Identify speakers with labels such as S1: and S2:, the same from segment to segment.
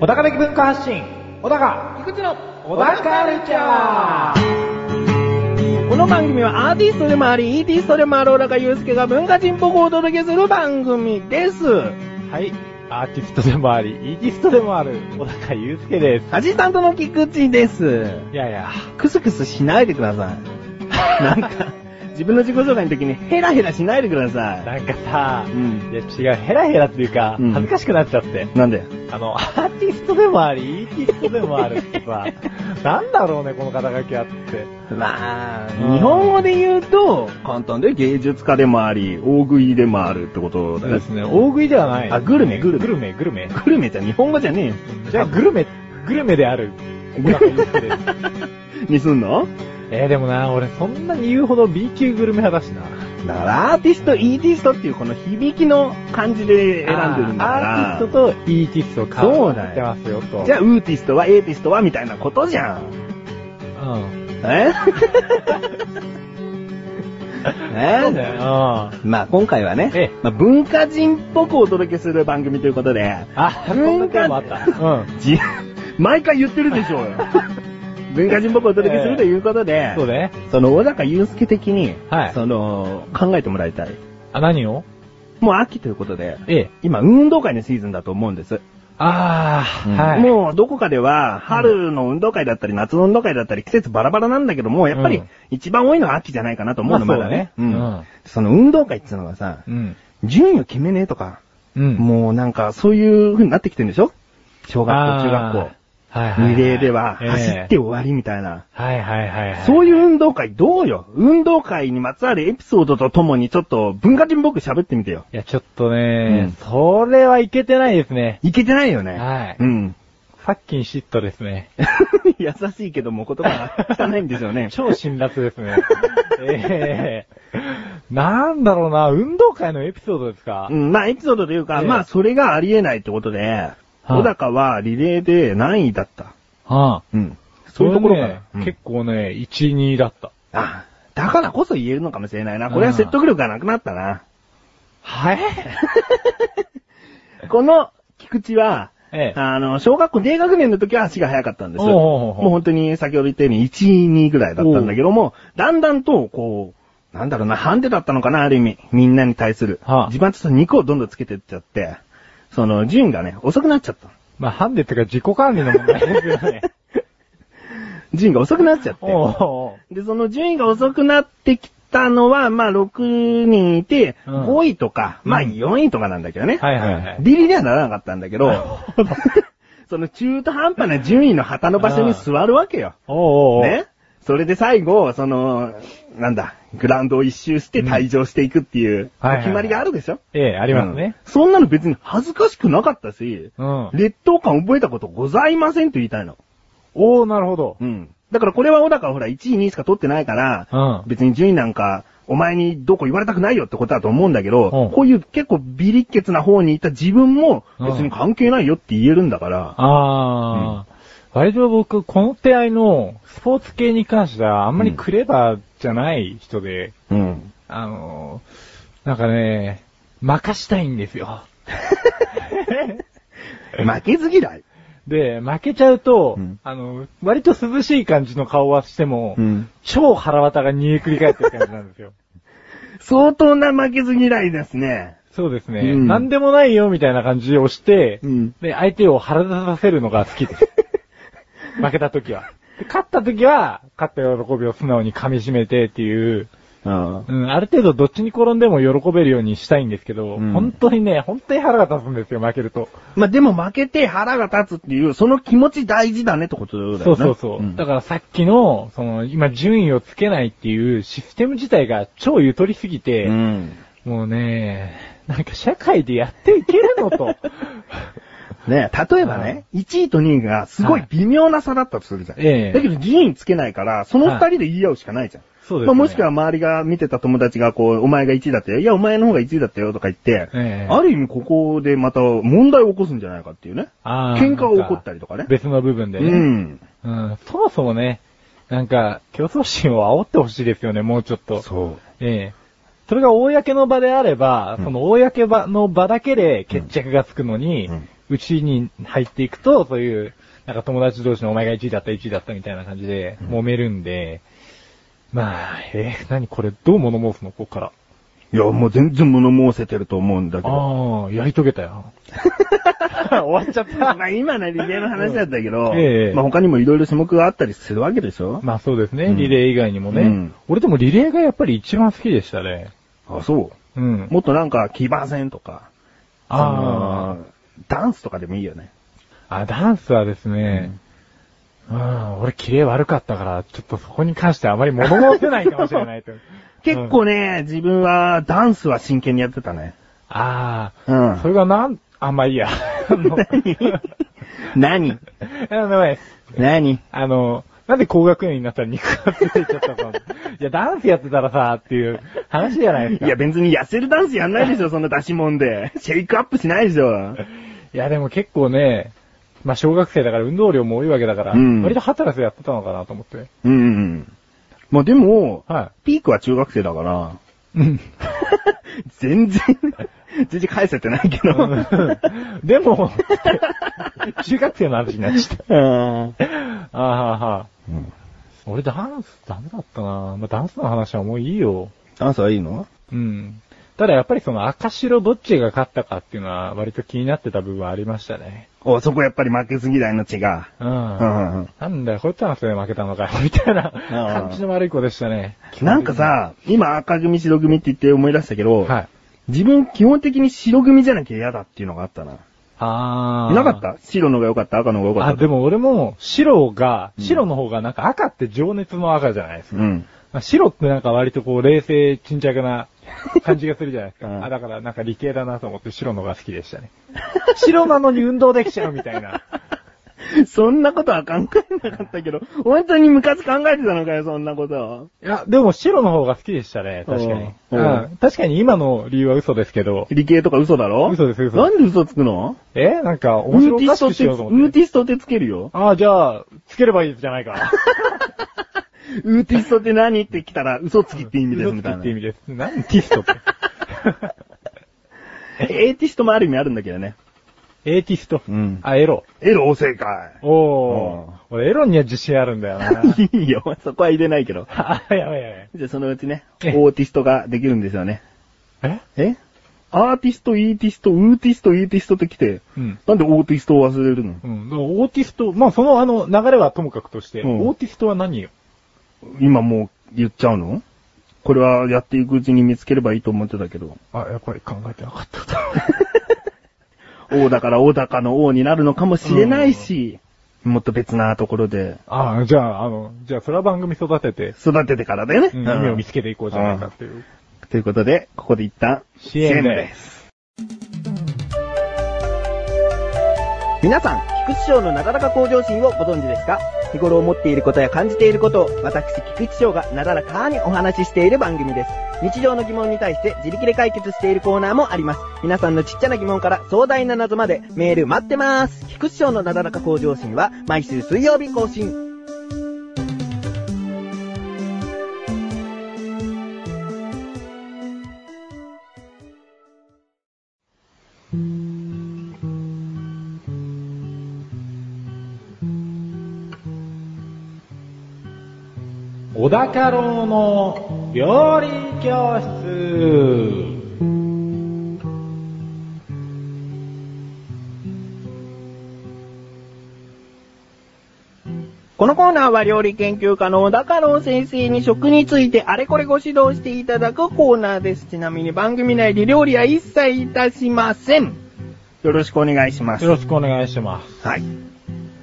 S1: 小高的文化発信小高
S2: 菊池の
S1: 小高カルチャー
S2: この番組はアーティストでもあり、イーティストでもある小高祐介が文化人っぽくお届けする番組です。
S1: はいアーティストでもありイーティストでもある小高祐介です
S2: アシスタントの菊池です。
S1: いやいや
S2: クスクスしないでくださ い。なんか、自分の自己紹介の時にヘラヘラしないでくださ
S1: なんかさ、
S2: うん
S1: いや違うヘラヘラっていうか、
S2: うん
S1: 恥ずかしくなっちゃって
S2: い。なんで
S1: あの、アーティストでもあり、イーティストでもあるってさ、なんだろうね、この肩書きあって。
S2: まあ、
S1: うん
S2: 日本語で言うと、簡単で芸術家でもあり、大食いでもあるってことだよね。
S1: ね、大食いではない
S2: あグルメグルメ
S1: グルメ、グルメ。
S2: グルメじゃ日本語じゃねえよ。
S1: じゃあ、グルメ、グルメである。小高祐介です
S2: にすんの
S1: えー、でもな、俺そんなに言うほど B 級グルメ派だしな。
S2: だからアーティスト、イーティストっていうこの響きの感じで選んでるんだから。
S1: アーティストとイーティストを買
S2: そうだよ
S1: ってますよ、と。
S2: じゃ
S1: あ、
S2: あ、ウーティストは、エーティストは、みたいなことじゃん。
S1: うん。
S2: え
S1: そうだ
S2: え
S1: よ。
S2: まあ今回はね、
S1: ええ
S2: まあ、文化人っぽくお届けする番組ということで、
S1: あ、そんなテーマあった。うん。
S2: じ 毎回言ってるでしょう よ。文化人っぽくお届けするということで、
S1: そうね。
S2: その小高祐介的に、
S1: はい
S2: その考えてもらいたい。
S1: あ、何を
S2: もう秋ということで、
S1: ええ。
S2: 今運動会のシーズンだと思うんです。
S1: あー、はい。
S2: もうどこかでは、春の運動会だったり、夏の運動会だったり、季節バラバラなんだけども、やっぱ
S1: う
S2: り
S1: ん
S2: 一番多いのは秋じゃないかなと思うの、
S1: まあ
S2: ま
S1: そう
S2: だ
S1: だね
S2: ね。
S1: うん
S2: うんその運動会っていうのがさ、
S1: うん。
S2: 順位を決めねえとか、
S1: うん。
S2: もうなんかそういう風になってきてるんでしょ小学校、中学校。
S1: 校。はいはい、はい。
S2: リレーでは
S1: ええ
S2: 走って終わりみたいな。
S1: はいはいはいはい。
S2: そういう運動会どうよ運動会にまつわるエピソードとともにちょっと文化人僕喋ってみてよ。
S1: いや、ちょっとね、
S2: う
S1: それはいけてないですね。
S2: いけてないよね。
S1: はい
S2: うん。
S1: さっきに嫉妬ですね。。
S2: 優しいけども言葉が汚いんですよね
S1: 超辛辣です ね。ええなんだろうな、運動会のエピソードですか、
S2: うん、まあエピソードというか、
S1: ええ
S2: まあそれがありえないってことで、
S1: い
S2: 小高はリレーで何位だった。
S1: はあ、
S2: うん。そういうところが、
S1: ね
S2: うん
S1: 結構ね、1、2だった。
S2: あ、だからこそ言えるのかもしれないな。これは説得力がなくなったな。
S1: はい
S2: この菊池は、
S1: ええ
S2: あの、小学校低学年の時は足が速かったんです。
S1: おうおうおう
S2: もう本当に先ほど言ったように1位、2位ぐらいだったんだけども、だんだんと、こう、なんだろうな、ハンデだったのかな、ある意味。みんなに対する。
S1: はあ
S2: 自慢と肉をどんどんつけてっちゃって、その、順位がね、遅くなっちゃった。
S1: まあ、ハンデっていうか自己管理の問題ですよ ね。
S2: 順位が遅くなっちゃって。
S1: おうおう
S2: で、その順位が遅くなってきたのは、まあ、6人いて、
S1: うん
S2: 5位とか、まあ、
S1: うん
S2: 4位とかなんだけどね。
S1: はいはいはい
S2: ビリにはならなかったんだけ
S1: なる
S2: ど、その中途半端な順位の旗の場所に座るわけよ。
S1: おうおうおう
S2: ねそれで最後、その、なんだ、グラウンドを一周して退場していくっていう、
S1: はいはいはい
S2: 決まりがあるでしょ
S1: ええありますね
S2: うん。そんなの別に恥ずかしくなかったし、
S1: うん。
S2: 劣等感覚えたことございませんと言いたいの。
S1: おおなるほど。
S2: うん。だからこれは小高はほら1位2位しか取ってないから、
S1: うん
S2: 別に順位なんか、お前にどうこう言われたくないよってことだと思うんだけど、
S1: うん
S2: こういう結構ビリッケツな方にいた自分も別に関係ないよって言えるんだから、
S1: ああ、割と僕、この手合いのスポーツ系に関しては、あんまりクレバーじゃない人で、
S2: うん。
S1: あのー、なんかね、任したいんですよ。
S2: 負けず嫌い。
S1: で、負けちゃうと、
S2: うん
S1: あの、割と涼しい感じの顔はしても、
S2: うん
S1: 超腹渡が煮えくり返ってる感じなんですよ。
S2: 相当な負けず嫌いですね。
S1: そうですね。
S2: うん
S1: 何でもないよ、みたいな感じをして、
S2: うん
S1: で、相手を腹立たせるのが好きです。 負けた時は。で勝った時は、勝った喜びを素直に噛み締めてっていう、
S2: うん。
S1: うん、ある程度どっちに転んでも喜べるようにしたいんですけど、
S2: うん
S1: 本当にね、本当に腹が立つんですよ、負けると。
S2: まあ、でも負けて腹が立つっていう、その気持ち大事だねってことだよね。
S1: そうそうそう。
S2: ん
S1: だからさっきの、その、今順位をつけないっていうシステム自体が超ゆとりすぎて、
S2: うん。
S1: もうね、なんか社会でやっていける のと。
S2: ね例えばね、1位と2位がすごい微妙な差だったとするじゃん。
S1: ええ
S2: だけど順位つけないから、その2人で言い合うしかないじゃん。
S1: そうですね
S2: まあ、もしくは周りが見てた友達がこう、お前が1位だったよ。いや、お前の方が1位だったよとか言って、
S1: ええ
S2: ある意味ここでまた問題を起こすんじゃないかっていうね。
S1: あー
S2: 喧嘩が起こったりとかね
S1: 別の部分でね。
S2: うん。
S1: うん。そもそもね、なんか、競争心を煽ってほしいですよね、もうちょっと。
S2: そう。
S1: ええそれが公の場であれば、
S2: うん
S1: その公場の場だけで決着がつくのに、
S2: うん
S1: うちに入っていくと、そういう、なんか友達同士のお前が1位だった、1位だったみたいな感じで
S2: うん
S1: 揉めるんで、まあ、えー、何これ、どう物申すのここから。
S2: いや、もう全然物申せてると思うんだけど。
S1: ああ、やり遂げたよ。 終わっちゃった。
S2: まあ今のリレーの話だったけど、
S1: うん ええ
S2: まあ他にもいろいろ種目があったりするわけでしょ、
S1: まあそうですね、
S2: うん
S1: リレー以外にもね、
S2: うん
S1: 俺でもリレーがやっぱり一番好きでしたね。
S2: あ、そう。
S1: うん。
S2: もっとなんか、騎馬戦とか、
S1: あ
S2: そのダンスとかでもいいよね。
S1: あ、ダンスはですね、うん、俺キレ悪かったから、ちょっとそこに関してあまり物申せないかもし れないと。
S2: 結構ね、自分はダンスは真剣にやってたね。
S1: あ
S2: う
S1: あ、そ
S2: ん。
S1: れがなん、あ、まあいいや。あ の、
S2: 何
S1: あのね
S2: 何
S1: あの、なんで工学院になったら肉がついちゃった のいや、ダンスやってたらさ、っていう話じゃないです
S2: い
S1: か。
S2: や別に痩せるダンスやんないでしょ、そんな出し物で。シェイクアップしないでしょ。
S1: いや、でも結構ね、まあ小学生だから運動量も多いわけだから、
S2: うん
S1: 割とハタラスやってたのかなと思って。
S2: うんうん。まあでも、
S1: は
S2: ピークは中学生だから、
S1: い。うん。
S2: 全然、全然返せてないけど。
S1: でも、中学生の話になっちゃった。
S2: うん
S1: ああはは。俺ダンスダメだったなまあ、ダンスの話はもういいよ。
S2: ダンスはいいの
S1: うん。ただやっぱりその赤白どっちが勝ったかっていうのは割と気になってた部分はありましたね。
S2: お、そこやっぱり負けず嫌いの血が。
S1: うん。
S2: うんうんうん
S1: なんだよ、こいつはそれで負けたのかよ、みたいな
S2: うん
S1: 感じの悪い子でしたね。
S2: なんかさ、今赤組白組って言って思い出したけど、
S1: はい。
S2: 自分基本的に白組じゃなきゃ嫌だっていうのがあったな。
S1: あー
S2: なかった白のが良かった赤のが良か
S1: あ、
S2: った。
S1: でも俺も白が、
S2: うん
S1: 白の方がなんか赤って情熱の赤じゃないですか。
S2: うん。
S1: まあ白ってなんか割とこう冷静沈着な感じがするじゃないですか。
S2: うん
S1: あだからなんか理系だなと思って白のが好きでしたね。 白なのに運動できちゃうみた いな。
S2: そんなことは考えなかったけど、本当に昔考えてたのかよ、そんなこと。
S1: いや、でも白の方が好きでしたね、確かに。
S2: お
S1: う、
S2: うおうん
S1: 確かに今の理由は嘘ですけど。
S2: 理系とか嘘だろ
S1: 嘘です嘘です
S2: なんで嘘つくの
S1: えなんか
S2: ウ
S1: 面
S2: ーテ
S1: 白
S2: ィ
S1: か
S2: スト
S1: し
S2: っ、
S1: くして
S2: ウ
S1: ようと思
S2: ー
S1: って。
S2: ティストってつけるよ。
S1: ああ、じゃあ、つければいいじゃないか。
S2: ウーティストって何って来たら嘘つきって意味です
S1: 嘘
S2: み
S1: つき
S2: たい
S1: っ
S2: な
S1: て。意味です。何ティストって。
S2: エーティストもある意味あるんだけどね。
S1: エーティスト。
S2: うん
S1: あ、エロ。
S2: エロ正解。
S1: おー。俺エロには自信あるんだ よな。
S2: いいよ、そこは入れないけど。
S1: あ、やばいやばい。
S2: じゃあそのうちね、オ
S1: え
S2: ーティストができるんですよね。
S1: え
S2: えアーティスト、イーティスト、ウーティスト、イーティストって来て、
S1: うん。
S2: なんでオーティストを忘れるの
S1: うん。だからオーティスト、まあそのあの流れはともかくとして、
S2: うん
S1: オーティストは何よ
S2: 今もう言っちゃうのこれはやっていくうちに見つければいいと思ってたけど。
S1: あ、やっぱり考えてなかった。
S2: 王だから王高の王になるのかもしれないし、もっと別なところで
S1: ああ、じゃあ、あの、じゃあそれは番組育てて、
S2: 育ててからだよね。
S1: うん、
S2: うん
S1: 意味を見つけていこうじゃないかっていう。
S2: ということで、ここで一旦、
S1: 支援です
S2: す。皆さん、
S3: 菊池師匠のなだらか向上心をご存知ですか日頃思っていることや感じていることを私菊池師匠がなだらかにお話ししている番組です。日常の疑問に対して自力で解決しているコーナーもあります。皆さんのちっちゃな疑問から壮大な謎までメール待ってます。菊池師匠のなだらか向上心は毎週水曜日更新。
S1: 小高郎の料理教室。
S3: このコーナーは料理研究家の小高郎先生に食についてあれこれご指導していただくコーナーです。ちなみに番組内で料理は一切いたしません。
S2: よろしくお願いします
S1: よ。ろしくお願いします。
S2: はい。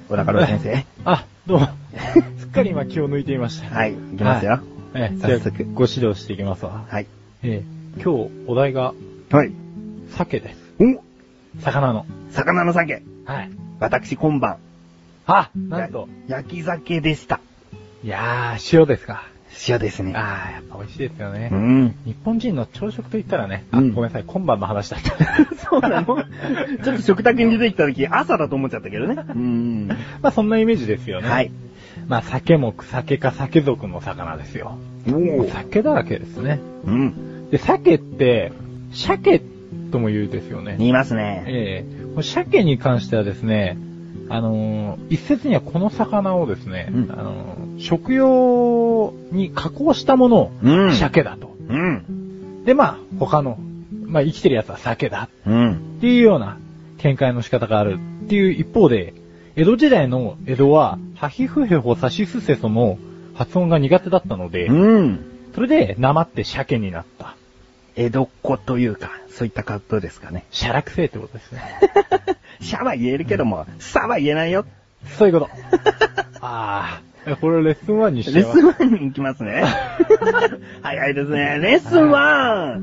S2: 小高郎先生。
S1: あ、どうも。 すっかり今気を抜いていました。
S2: はい、いきますよ。
S1: ええ、じゃあ
S2: 早速
S1: ご指導していきますわ。
S2: はい。
S1: ええ、今日お題が
S2: はい。
S1: 鮭です。
S2: うん
S1: 魚の。
S2: 魚の酒。
S1: はい。
S2: 私今晩。
S1: あ、なんと。
S2: や焼き酒でした。
S1: いやー、塩ですか。
S2: 塩ですね。
S1: あー、やっぱ美味しいですよね。
S2: うん。
S1: 日本人の朝食と言ったらね、あ、
S2: うん
S1: ごめんなさい、今晩の話だった。
S2: そうなのちょっと食卓に出てきた時、朝だと思っちゃったけどね。うん。
S1: まあそんなイメージですよね。
S2: はい。
S1: まあ、酒も酒か酒族の魚ですよ。
S2: お
S1: もう
S2: ー
S1: 酒だらけですね。
S2: うん。
S1: で、鮭って、鮭とも言うですよね。
S2: 言いますね。
S1: ええこれ鮭に関してはですね、あのー一説にはこの魚をですね、
S2: うん
S1: あのー食用に加工したものを
S2: うん
S1: 鮭だと。
S2: うん。
S1: で、まあ、他の、まあ、生きてるやつは鮭だ
S2: うん。
S1: っていうような見解の仕方があるっていう一方で、江戸時代の江戸は、ハヒフヘホサシスセソの発音が苦手だったので、
S2: うん。
S1: それで、生って鮭になった。
S2: 江戸っ子というか、そういったことですかね。
S1: シャラクセイってことですね。
S2: シャは言えるけども、さは言えないよ。
S1: そういうこと。 ああ。これレッスン1にし
S2: レ
S1: て
S2: ッスン1に行きます ね。早いですね。レッスン 1!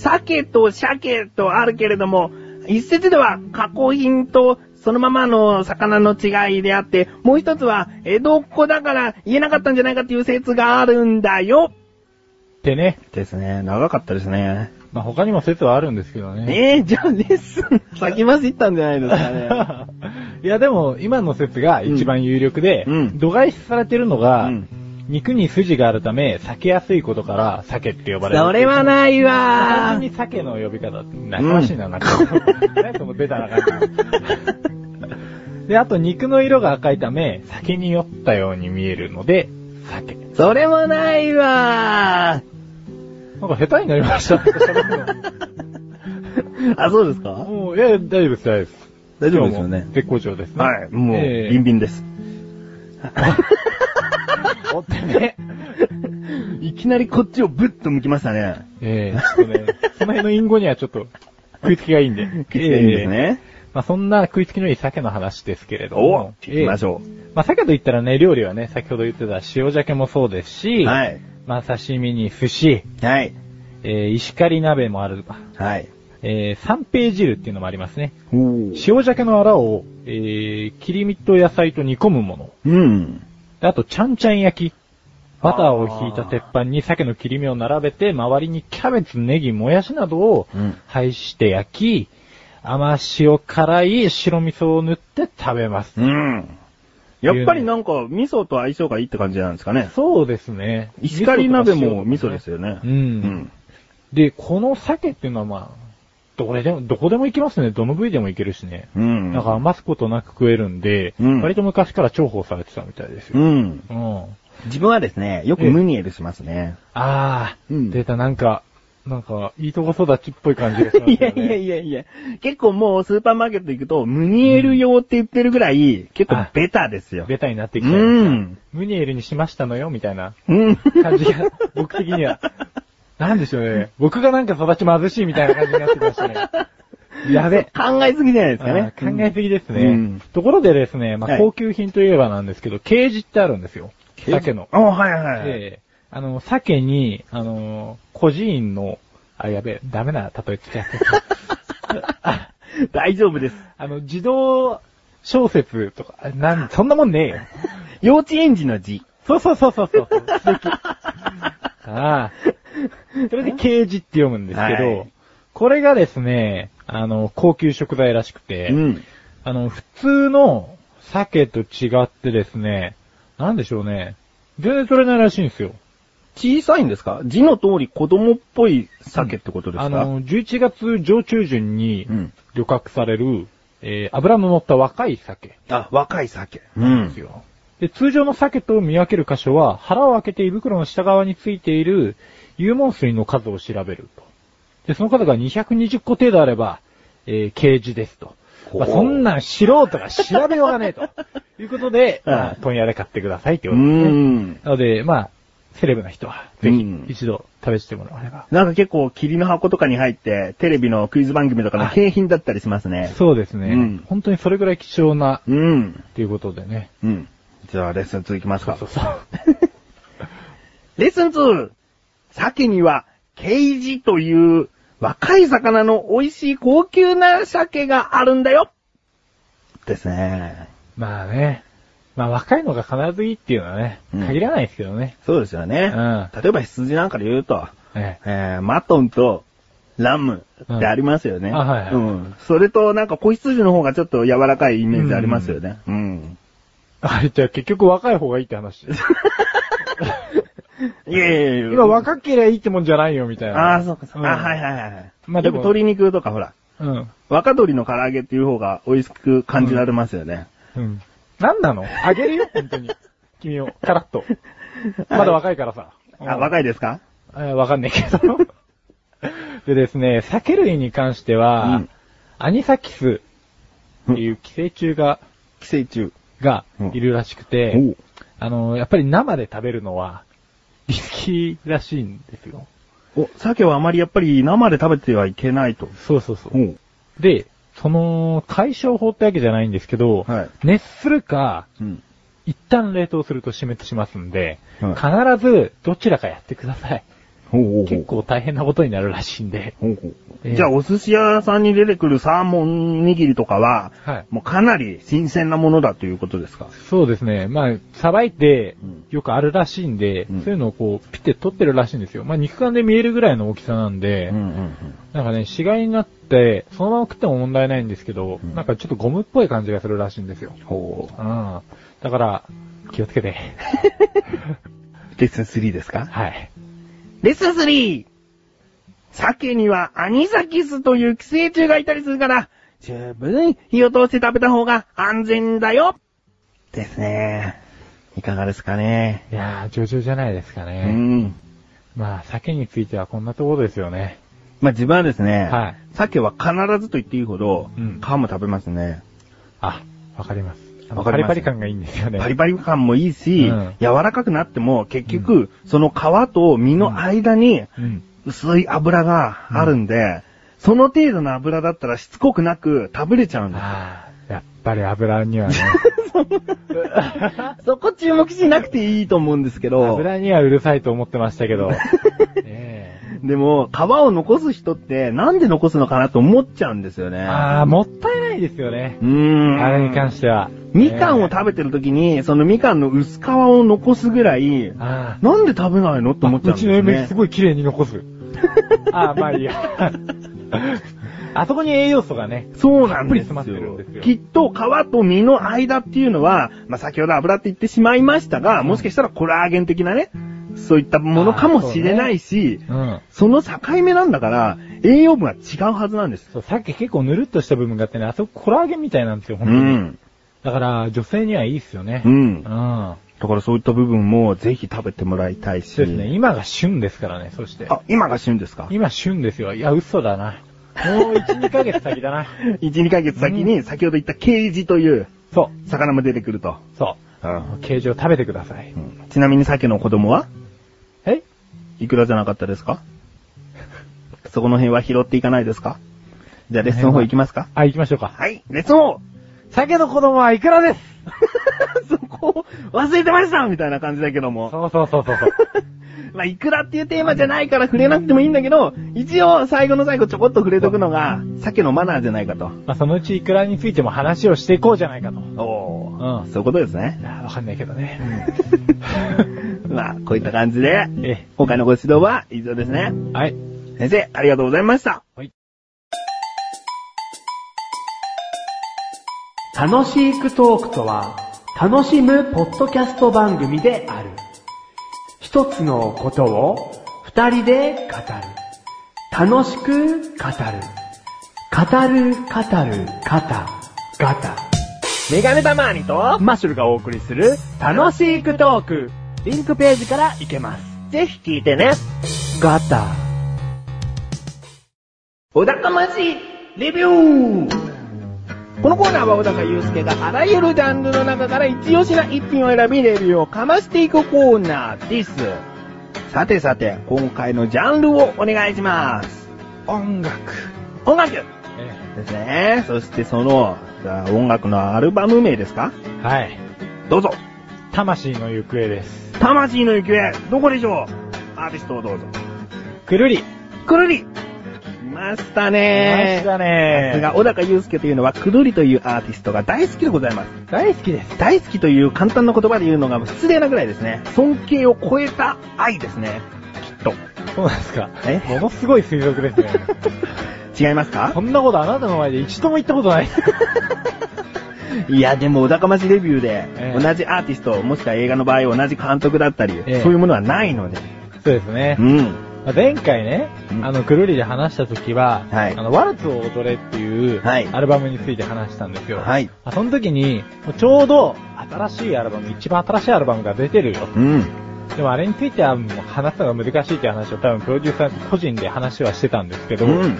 S2: 鮭と鮭とあるけれども、一説では加工品とそのままの魚の違いであって、もう一つは江戸っ子だから言えなかったんじゃないかっていう説があるんだよ
S1: ってね。
S2: ですね。長かったですね。
S1: まあ、他にも説はあるんですけどね。
S2: ええじゃあレッスン、先まず行ったんじゃないですか
S1: いや、でも、今の説が一番有力で、
S2: うんうん
S1: 度外視されてるのが、
S2: うん
S1: 肉に筋があるため、避けやすいことから、鮭って呼ばれる。
S2: それはないわ
S1: 単純に鮭の呼び方、懐かしいな、なんか。なんかもうベタな感じ。で、あと肉の色が赤いため、酒に酔ったように見えるので、酒。
S2: それもないわ
S1: なんか下手になりました。
S2: あ、そうですか
S1: もう、いや、大丈夫です、大丈夫です。
S2: 大丈夫ですよね
S1: 今日も絶好調ですね。
S2: はい、もう、
S1: ええ
S2: ビンビンです。
S1: おってね。
S2: いきなりこっちをぶっと向きましたね。
S1: ええちょっとね、その辺の隠語にはちょっと、食いつきがいいんで。
S2: いいです
S1: ええ
S2: ね。
S1: まあそんな食いつきのいい鮭の話ですけれど
S2: お
S1: も。
S2: 聞きましょ
S1: ええまあ鮭と言ったらね、料理はね、先ほど言ってた塩鮭もそうです
S2: う。
S1: し、
S2: はい。
S1: まあ刺身に寿司、
S2: はい。
S1: ええ石狩鍋もあるわ。
S2: はい。
S1: ええ三平汁っていうのもありますね。
S2: おー
S1: 塩鮭のアラを、ええ切り身と野菜と煮込むもの。
S2: うん。
S1: であと、ちゃんちゃん焼き。バターを引いた鉄板に鮭の切り身を並べて、周りにキャベツ、ネギ、もやしなどを
S2: うん
S1: 配して焼き、甘塩辛い白味噌を塗って食べます。
S2: うん。やっぱりなんか、味噌と相性がいいって感じなんですかね。
S1: そうですね。。
S2: 石狩鍋も味噌ですすよね。
S1: う。
S2: うんん。
S1: で、この鮭っていうのはまあ、どれでも、どこでもいけますね。どの部位でもいけるしね。
S2: うん。
S1: なんか余すことなく食えるんで、
S2: うん
S1: 割と昔から重宝されてたみたいです
S2: う
S1: よ。
S2: ん。
S1: うん
S2: 自分はですね、よくムニエルしますね。
S1: ああ、
S2: うん
S1: 出た、なんか、なんか、いいとこ育ちっぽい感じがします よね
S2: い。やいやいやいや。結構もうスーパーマーケット行くと、ムニエル用って言ってるぐらい、結構ベタですよ。
S1: ベタになってき
S2: う
S1: ちゃいました
S2: ん。
S1: ムニエルにしましたのよ、みたいな
S2: うん。
S1: 感じが、 僕的には。なんでしょうね。僕がなんか育ち貧しいみたいな感じになってきましたね。やべ。
S2: 考えすぎじゃないです
S1: あ
S2: かね。
S1: ー考えすぎですね。
S2: うん
S1: ところでですね、ま
S2: は
S1: あ、
S2: い
S1: 高級品といえばなんですけど、ケージってあるんですよ。鮭の。
S2: あ、はいはいはい。
S1: ええあの、鮭に、あの、孤児院の、あ、やべえ、ダメな例えつけち ゃった。
S2: 大丈夫です。
S1: あの、児童小説とか、あなん、そんなもんねえよ。
S2: 幼稚園児の字。
S1: そうそうそ うそうそう。素敵。ああ。それで、ケージって読むんですけど、
S2: はい
S1: これがですね、あの、高級食材らしくて、
S2: ん。
S1: あの、普通の鮭と違ってですね、なんでしょうね、全然取れないらしいんですよ。
S2: 小さいんですか字の通り子供っぽい鮭ってことですか
S1: あの、11月上中旬に
S2: うん
S1: 漁獲される、えー脂の乗った若い鮭。
S2: あ、若い鮭。う
S1: です
S2: ん。
S1: よ。で、通常の鮭と見分ける箇所は、腹を開けて胃袋の下側についている有門水の数を調べると。で、その数が220個程度あれば、えー、ケージですと。
S2: ほう
S1: まあ、そんなん素人が調べようがねえと。いうことで、
S2: はい
S1: まあ、問屋で買ってくださいって
S2: う
S1: ことですね。
S2: ん。
S1: なので、まあ、セレブな人は、ぜひ
S2: うん、
S1: 一度試してもらわれば。
S2: なんか結構霧の箱とかに入って、テレビのクイズ番組とかの
S1: あ
S2: 景品だったりしますね。
S1: そうですね、
S2: うん
S1: 本当にそれぐらい貴重な、
S2: うん。
S1: っていうことでね。
S2: うん。じゃあ、レッスン2いきますか。
S1: そうそう。
S2: レッスン 2! 鮭には、ケイジという、若い魚の美味しい高級な鮭があるんだよですね。
S1: まあね。まあ若いのが必ずいいっていうのはね、
S2: うん
S1: 限らないですけどね。
S2: そうですよね。
S1: う
S2: 例えば羊なんかで言うと、
S1: え
S2: えー、マトンとラムってありますよね。
S1: うんあはいはい
S2: うん。それとなんか子羊の方がちょっと柔らかいイメージありますよね。うん。
S1: あれ、じゃあ結局若い方がいいって話。
S2: いやいやいや。
S1: 今若ければいいってもんじゃないよ、みたいな。
S2: ああ、そうか、そうか。あ
S1: うん
S2: はいはいはいはい。
S1: まあで
S2: よく
S1: も
S2: 鶏肉とかほら、
S1: うん。
S2: 若鶏の唐揚げっていう方が美味しく感じられますよね。
S1: うん。なんなのあげるよ、本当に。君を、カ ラッと。まだ若いからさ。
S2: あ、
S1: い。
S2: 若いですか
S1: えーわかんないけど。 でですね、酒類に関しては、
S2: うん
S1: アニサキスっていう寄生虫が、
S2: 寄生虫。
S1: がいるらしくて、
S2: おう
S1: あの、やっぱり生で食べるのは、リスキーらしいんですよ。
S2: お、鮭はあまりやっぱり生で食べてはいけないと。
S1: そうそうそう。
S2: う。
S1: で、その、解消法ってわけじゃないんですけど、
S2: はい
S1: 熱するか、
S2: うん。
S1: 一旦冷凍すると死滅しますんで、
S2: は
S1: 必ずどちらかやってください。
S2: ほうほうほう
S1: 結。構大変なことになるらしいんで。
S2: ほうほう
S1: ええ
S2: じゃあ、お寿司屋さんに出てくるサーモン握りとかは、
S1: はい
S2: もうかなり新鮮なものだということですか
S1: そうですね。まあ、さばいて
S2: うん、
S1: よくあるらしいんで、
S2: うん
S1: そういうのをこう、ピッて取ってるらしいんですよ。まあ、肉眼で見えるぐらいの大きさなんで、
S2: ん
S1: なんかね、死骸になって、そのまま食っても問題ないんですけど、
S2: うん
S1: なんかちょっとゴムっぽい感じがするらしいんですよ。
S2: ほ
S1: うん。だから、気をつ けて。
S2: う。レッスン3ですか
S1: はい。
S2: レッスン 3! 鮭にはアニサキスという寄生虫がいたりするから、十分火を通して食べた方が安全だよですね。いかがですかね。
S1: いやー、上々じゃないですか
S2: う
S1: ね。
S2: ん。
S1: まあ、酒についてはこんなところですよね。
S2: まあ、自分はですね、
S1: はい
S2: 鮭は必ずと言っていいほど、
S1: うん
S2: 皮も食べますね。
S1: あ、わかります。あの
S2: わか
S1: パ
S2: ります
S1: リパリ感がいいんですよね。
S2: パリパリ感もいいし、
S1: うん
S2: 柔らかくなっても結局、その皮と身の間に
S1: うん。
S2: 薄い油があるんで、その程度の油だったらしつこくなく食べれちゃうんです。
S1: あー、やっぱり油にはね、
S3: そこ注目しなくていいと思うんですけど、
S1: 油にはうるさいと思ってました けど。ええ
S2: でも、皮を残す人ってなんで残すのかなと思っちゃうんですよね。
S1: あー、もったいないですよね
S2: う。ーん。
S1: あれに関しては。
S2: みかんを
S1: ええ
S2: 食べてる時に、そのみかんの薄皮を残すぐらい、
S1: あー
S2: なんで食べないのって思っちゃうんですよ
S1: うちの嫁
S2: ね
S1: す。ごい綺麗に 残す。ああ、まあいいや。あそこに栄養素がね。
S2: そうなんです
S1: たっぷり詰まってるん
S2: よ
S1: です。よ
S2: きっと皮と身の間っていうのは、まあ先ほど油って言ってしまいましたが、もしかしたらコラーゲン的なね、そういったものかもしれないし、
S1: うん。
S2: その境目なんだから、栄養分が違うはずなんです。
S1: そう、さっき結構ぬるっとした部分があってね、あそこコラーゲンみたいなんですよ、本当に。だから、女性にはいいっすよね。
S2: う。
S1: うんん。
S2: だからそういった部分もぜひ食べてもらいたいし。
S1: そうですね、今が旬ですからね、そして。
S2: あ、今が旬ですか
S1: 今旬ですよ。いや、嘘だな。もう1、2ヶ月先 だな。
S2: ?1、2ヶ月先に先ほど言ったケージという
S1: そ
S2: 魚も出てくると。
S1: う、そう。形状食べてください。
S2: うんちなみに鮭の子供は
S1: え
S2: いくらじゃなかったですかそこの辺は拾っていかないですかじゃあレッスン4行きますか
S1: あ、行きましょうか。
S2: はい、レッスン 4!
S1: 鮭の子供はいくらです
S2: そこ、忘れてましたみたいな感じだけども。
S1: そうそうそうそうそう。
S2: まあ、いくらっていうテーマじゃないから触れなくてもいいんだけど、一応最後の最後ちょこっと触れとくのが、鮭のマナーじゃないかと。
S1: まあ、そのうちいくらについても話をしていこうじゃないかと。
S2: お
S1: うん
S2: そういうことですね。
S1: なあわかんないけどね。
S2: まあ、こういった感じで、
S1: え
S2: 今回のご指導は以上ですね。
S1: え、はい。
S2: 先生、ありがとうございました。
S1: はい。
S4: 楽しいクトークとは、楽しむポッドキャスト番組である。一つのことを二人で語る。楽しく語る。語る、語る、語ガタ。メガネたまーにとマッシュルがお送りする楽しいクトーク。リンクページから行けます。
S2: ぜひ聞いてね。
S4: ガタ。
S2: 小高ましいレビューこのコーナーは小高祐介があらゆるジャンルの中から一押しな一品を選びレビューをかましていくコーナーです。さてさて、今回のジャンルをお願いします。
S1: 音楽。
S2: 音楽で
S1: え
S2: すね。そしてその、じゃあ音楽のアルバム名ですか
S1: えはい。
S2: どうぞ。
S1: 魂の行方です。
S2: 魂の行方、どこでしょうアーティストをどうぞ。
S1: くるり。
S2: くるり来ました
S1: え
S2: ね
S1: え。だ
S2: さす
S1: ね
S2: が小高祐介というのはくるりというアーティストが大好きでございます。
S1: 大好きです。
S2: 大好きという簡単な言葉で言うのが失礼なぐらいですね。尊敬を超えた愛ですね。きっと。
S1: そうなんですか。
S2: え
S1: ものすごい推測ですね。
S2: 違いますか
S1: そんなことあなたの前で一度も言ったことない。
S2: いや、でも、お高ましレビューで、
S1: ええ
S2: 同じアーティスト、もしくは映画の場合、同じ監督だったり、
S1: ええ
S2: そういうものはないので。
S1: そうですね
S2: う。ん。
S1: まあ前回ね
S2: う、ん
S1: あの、くるりで話した時は、
S2: はい
S1: あの、ワルツを踊れっていう、
S2: はい
S1: アルバムについて話したんですよ。
S2: はい
S1: まあその時に、ちょうど、新しいアルバム、一番新しいアルバムが出てるよ。
S2: うん。
S1: でもあれについては、もう話すのが難しいっていう話を多分プロデューサー個人で話はしてたんですけど、
S2: うん。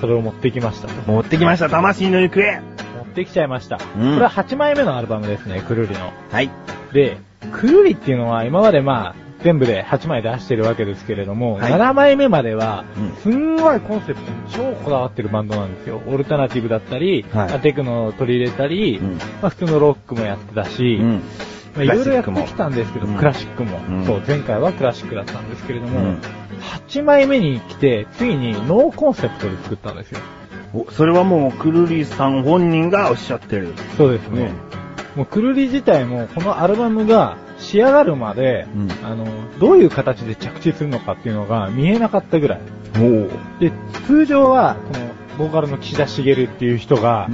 S1: それを持ってきましたと。
S2: 持ってきました、魂の行方。
S1: 持ってきちゃいました。
S2: うん
S1: これは8枚目のアルバムですね、くるりの。
S2: はい。
S1: で、くるりっていうのは今までまあ、全部で8枚出してるわけですけれども、
S2: はい
S1: 7枚目までは
S2: うん、
S1: すんごいコンセプトに超こだわってるバンドなんですよ。オルタナティブだったり、
S2: はい
S1: まあテクノを取り入れたり、
S2: うん
S1: まあ普通のロックもやってたし、
S2: うん。
S1: まあいろいろやっ
S2: クラシックも
S1: てきたんですけど、
S2: うん
S1: クラシックも、
S2: うん
S1: そう、前回はクラシックだったんですけれども、
S2: うん
S1: 8枚目に来て、ついにノーコンセプトで作ったんですよ。
S2: おそれはもう、くるりさん本人がおっしゃってる。
S1: そうですね。もうくるり自体も、このアルバムが仕上がるまで、
S2: うん
S1: あの、どういう形で着地するのかっていうのが見えなかったぐらい。
S2: もう。
S1: で、通常は、この、ボーカルの岸田茂っていう人が、
S2: ん。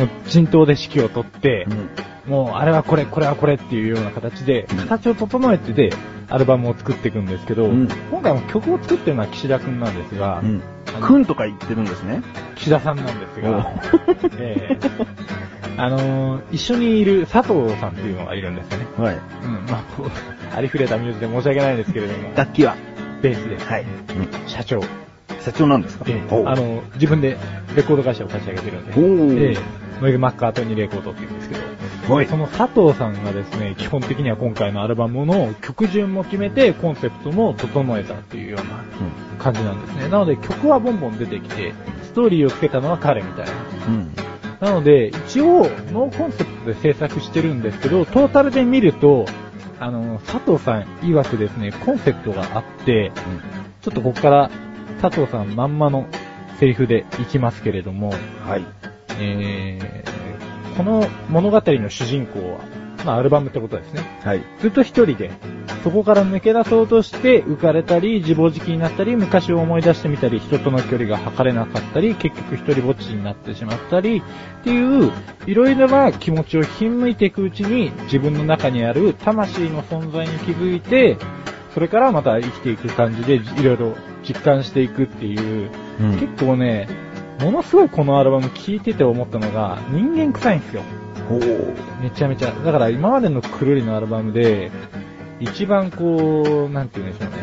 S1: もう、陣頭で指揮を取って、
S2: うん。
S1: もう、あれはこれ、これはこれっていうような形で、
S2: うん
S1: 形を整えてで、アルバムを作っていくんですけど、
S2: うん
S1: 今回も曲を作ってるのは岸田くんなんですが、
S2: うん
S1: あ。の
S2: くんとか言ってるんですね。
S1: 岸田さんなんです
S2: お
S1: が、ええあのー一緒にいる佐藤さんっていうのがいるんですよね。
S2: はい。
S1: うん、まあ、こう、ありふれた名字で申し訳ないんですけれども、
S2: 楽器は
S1: ベースです。
S2: はい。
S1: 社長。
S2: 社長なんですか
S1: ええあの、自分でレコード会社を立ち上げてるんで、
S2: おー
S1: ええノイズマッカートニーレコードって言うんですけど、
S2: はい
S1: その佐藤さんがですね、基本的には今回のアルバムの曲順も決めて、コンセプトも整えたっていうような感じなんですね。なので曲はボンボン出てきて、ストーリーをつけたのは彼みたいな。
S2: うん。
S1: なので、一応、ノーコンセプトで制作してるんですけど、トータルで見ると、あの、佐藤さん曰くですね、コンセプトがあって、ちょっとここから佐藤さんまんまのセリフでいきますけれども、
S2: はい。
S1: えー、この物語の主人公は、まあアルバムってことですね。
S2: はい。
S1: ずっと一人で、そこから抜け出そうとして浮かれたり、自暴自棄になったり、昔を思い出してみたり、人との距離が測れなかったり、結局一人ぼっちになってしまったり、っていう、いろいろな気持ちをひんむいていくうちに、自分の中にある魂の存在に気づいて、それからまた生きていく感じで、いろいろ実感していくってい
S2: う
S1: う、
S2: ん
S1: 結構ね、ものすごいこのアルバム聴いてて思ったのが、人間臭いんですよ。
S2: おー
S1: めちゃめちゃ。だから今までのくるりのアルバムで、一番こう、なんて言うんでしょうね、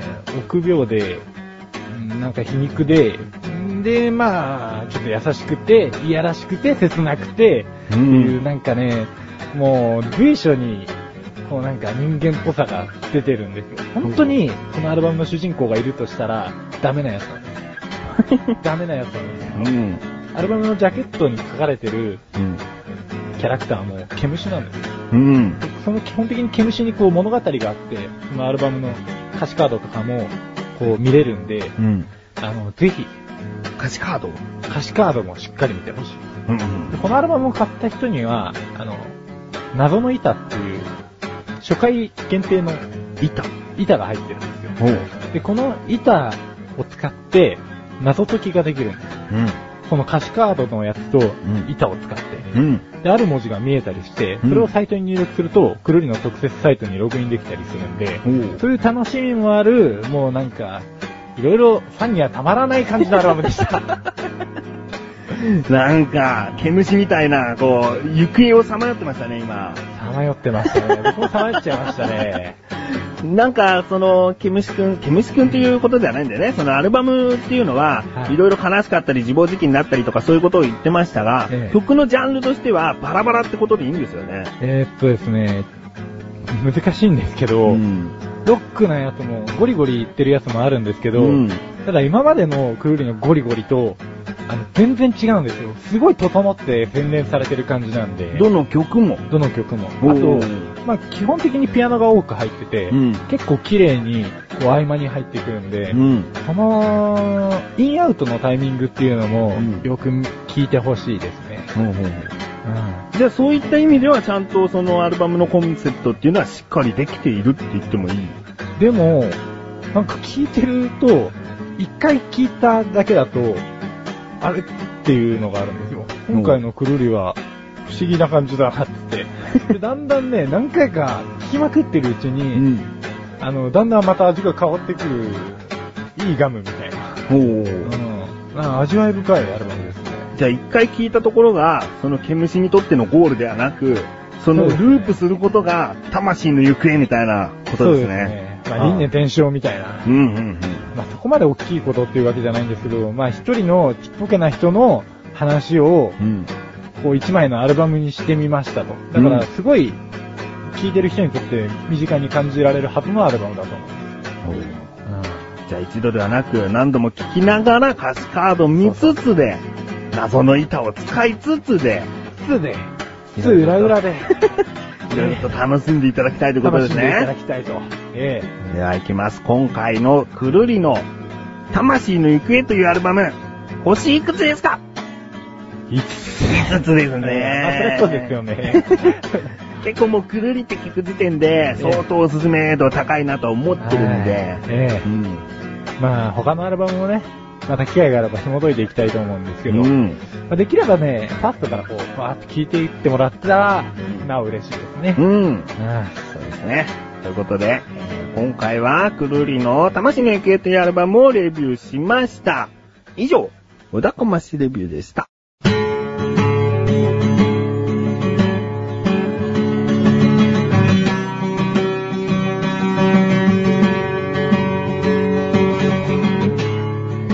S1: 臆病で、うんなんか皮肉で、んで、まあ、ちょっと優しくて、いやらしくて、切なくて、
S2: う
S1: っていう、
S2: ん。
S1: なんかね、もう、随所に、こうなんか人間っぽさが出てるんですよ。本当に、このアルバムの主人公がいるとしたら、ダメなやつなんです。ダメなやつなんですよ。
S2: うん。
S1: アルバムのジャケットに書かれてる
S2: うん。
S1: キャラクターも毛虫なんですよ
S2: うん。
S1: その基本的に毛虫にこう物語があって、そのアルバムの歌詞カードとかもこう見れるんで、
S2: うん。
S1: あの、ぜひ
S2: 歌詞カード
S1: 歌詞カードもしっかり見てほしい。
S2: うん。
S1: でこのアルバムを買った人には、あの、謎の板っていう、初回限定の板、板が入ってるんですよ。
S2: おう。
S1: で、この板を使って謎解きができるんです。
S2: うん。
S1: この歌詞カードのやつと
S2: ん
S1: 板を使って。
S2: うん。
S1: で、ある文字が見えたりして、それをサイトに入力すると、くるりの特設サイトにログインできたりするんで、
S2: おう。
S1: そういう楽しみもある、もうなんか、いろいろファンにはたまらない感じのアルバム でした。
S2: なんか、毛虫みたいな、こう、行方をさまよってましたね、今。
S1: さまよってましたね。僕もさまよっちゃいましたね。
S2: なんか、その、毛虫くん、毛虫くんっていうことじゃないんだよね。そのアルバムっていうのは、
S1: はい
S2: いろいろ悲しかったり、自暴自棄になったりとか、そういうことを言ってましたが、
S1: ええ
S2: 曲のジャンルとしては、バラバラってことでいいんですよね。
S1: えーっとですね、難しいんですけど、
S2: ん。
S1: ロックなやつもゴリゴリ言ってるやつもあるんですけど、
S2: うん
S1: ただ今までのクーリのゴリゴリと、あの、全然違うんですよ。すごい整って洗練されてる感じなんで、
S2: どの曲も。
S1: どの曲も。
S2: お
S1: あと
S2: ー、
S1: まあ、基本的にピアノが多く入ってて、
S2: うん
S1: 結構綺麗にこう合間に入ってくるんで、
S2: うん。
S1: この、インアウトのタイミングっていうのも
S2: うん、
S1: よく聞いてほしいですね。うん。
S2: じゃあそういった意味ではちゃんとそのアルバムのコンセプトっていうのはしっかりできているって言ってもいい。
S1: でも、なんか聞いてると、一回聞いただけだと、あれっていうのがあるんですよ。今回のくるりは、不思議な感じだ なって。でだんだんね、何回か聞きまくってるうちに、
S2: うん。
S1: あの、だんだんまた味が変わってくる、いいガムみたいな。
S2: お
S1: う
S2: ー。
S1: ん。なんか味わい深いアルバムですね。
S2: じゃあ一回聞いたところが、その毛虫にとってのゴールではなく、その
S1: そうですね
S2: ループすることが魂の行方みたいなことですね。
S1: まあ、輪廻転生みたいな
S2: う。んうん
S1: まあ、そこまで大きいことっていうわけじゃないんですけど、まあ、一人のちっぽけな人の話を、
S2: うん。うん。
S1: こう、一枚のアルバムにしてみましたと。だから、すごい、聴いてる人にとって身近に感じられるはずのアルバムだと思う。
S2: じゃあ一度ではなく何度も聞きながら歌詞カードを見つつで、謎の板を使いつつで、
S1: つで、つ裏裏で、
S2: いろいろと楽しんでいただきたいということ
S1: 楽
S2: で
S1: し
S2: す
S1: んでいただ
S2: ね。
S1: きたい と。ええ
S2: では行きます。今回のくるりの魂の行方というアルバム、星いくつですか
S1: いつ
S2: ?5 つです
S1: あ、そり
S2: ね。
S1: ゃそうですよね。
S2: 結構もうくるりって聞く時点で相当おすすめ度高いなと思ってるんで
S1: はい。え
S2: うん。
S1: えまあ、他のアルバムもね、また機会があれば紐解いていきたいと思うんですけど、
S2: う
S1: ま
S2: ん。
S1: あできればね、ファーストからこう、バーッと聴いていってもらったら、なお嬉しいですね。
S2: うん。
S1: あ
S2: そうですね。ということで、えー今回はくるりの魂の行方というアルバムをレビューしました。以上、うだこましレビューでした。
S1: あ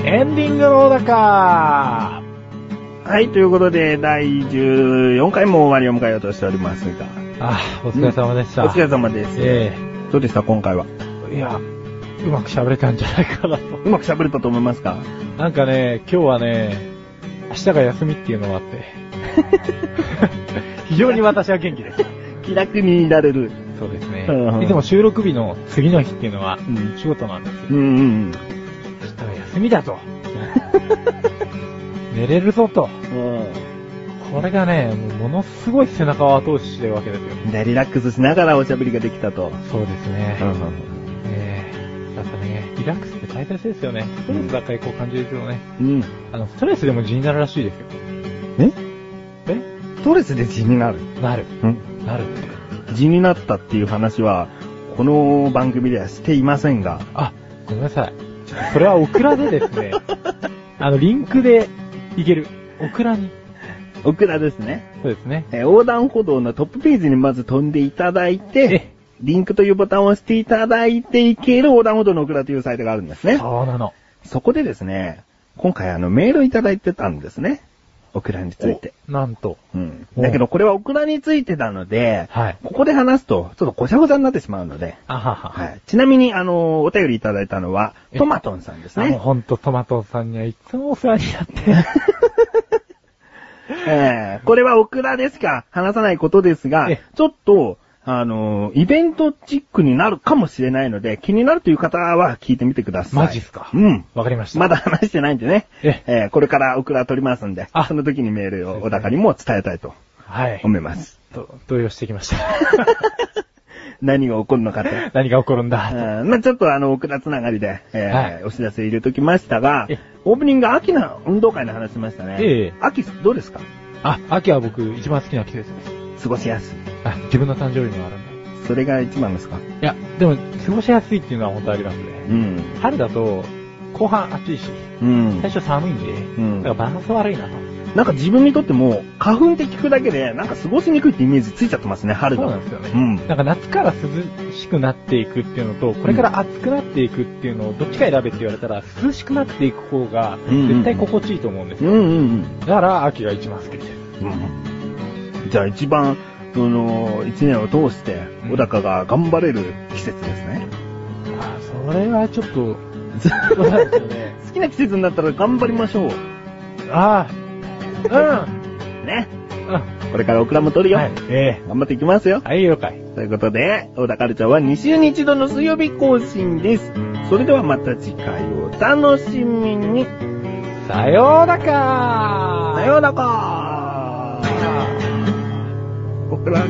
S1: エンディングのだか
S2: はい、ということで、第14回も終わりを迎えようとしておりますが。
S1: あお疲れ様でした。
S2: お疲れ様です。
S1: え
S2: どうでした、今回は。
S1: えいや、うまく喋れたんじゃないかなと。
S2: うまく喋れたと思いますか
S1: なんかね、今日はね、明日が休みっていうのもあ って、非常に私は元気です。
S2: 気楽にいられる。
S1: そうですね
S2: うんうん。
S1: いつも収録日の次の日っていうのは
S2: ん、
S1: 仕事なんですよ。
S2: うんうん
S1: 明日は休みだと。寝れるぞと。
S2: うん。うん
S1: これがね、もうものすごい背中を後押ししてるわけですよ。
S2: でリラックスしながらおしゃべりができたと。
S1: そうですね。
S2: うんうん
S1: ええやっぱね、リラックスって大切ですよね。ストレスばっかりこう感じるけどね。
S2: うん。
S1: あの、ストレスでも地になるらしいですよ。
S2: え
S1: え
S2: ストレスで地になる。
S1: なる。
S2: うん。
S1: なる。
S2: 地になったっていう話は、この番組ではしていませんが、
S1: あ、ごめんなさい。それはオクラでです ね、あの、リンクでいける。オクラに。
S2: オクラですね。
S1: そうですね。
S2: えー横断歩道のトップページにまず飛んでいただいて
S1: え、
S2: リンクというボタンを押していただいていける横断歩道のオクラというサイトがあるんですね。
S1: そうなの。
S2: そこでですね、今回あのメールをいただいてたんですね。オクラについて。
S1: なんと。
S2: うん。
S1: お
S2: だけどこれはオクラについてなので、
S1: はい。
S2: ここで話すとちょっとごちゃごちゃになってしまうので、
S1: あはは。
S2: はい。ちなみに、あのー、お便りいただいたのは、
S1: え
S2: トマトンさんです
S1: あの、
S2: ね。
S1: ほんとトマトさん にはいつもお世話になって。
S2: えーこれはオクラでしか話さないことですが
S1: ええ、
S2: ちょっと、あのー、イベントチックになるかもしれないので、気になるという方は聞いてみてください。
S1: マジっすか
S2: うん。
S1: わかりました。
S2: まだ話してないんでね。
S1: え
S2: えーこれからオクラ取りますんで
S1: あ、
S2: その時にメールを小高にも伝えたいと
S1: はい。
S2: 思います。
S1: と、動揺してきました。
S2: 何が起こるのかと。
S1: 何が起こるんだと。
S2: うんまあちょっとあの、オクラつながりで、えー
S1: はい
S2: お知らせ入れときましたが
S1: ええ、
S2: オープニング秋の運動会の話しましたね。
S1: ええ
S2: 秋、どうですか
S1: あ、秋は僕一番好きな季節です。
S2: 過ごしやすい。
S1: あ、自分の誕生日もあるんで。
S2: それが一番ですか
S1: いや、でも、過ごしやすいっていうのは本当ありますね。
S2: ん。
S1: 春だと、後半暑いし、
S2: うん
S1: 最。初寒いんで、
S2: ん
S1: だからバランス悪いなと。
S2: なんか自分にとっても、花粉って聞くだけで、なんか過ごしにくいってイメージついちゃってますね、春
S1: そう
S2: が
S1: なん。ですよね。
S2: うん
S1: なんか夏から涼しくなっていくっていうのと、これから暑くなっていくっていうのをどっちか選べって言われたら、涼しくなっていく方が、
S2: うん
S1: 絶対心地いいと思うんです
S2: うん
S1: よ。
S2: うん
S1: だから、秋が一番好きです。
S2: うん。じゃあ一番、その、一年を通して、
S1: うん
S2: 小高が頑張れる季節ですね。
S1: あ、それはちょっと、
S2: 好きな季節になったら頑張りましょう。
S1: ああ、
S2: ね。
S1: うん、う
S2: これからオクラも取る
S1: ん。
S2: よ。
S1: はい、え
S2: 頑張っていきますよ
S1: え。はい、了解。
S2: ということで、小田カルチャーは2週に1度の水曜日更新です。それではまた次回をお楽しみに。
S1: さようなか
S2: さようなら。僕ら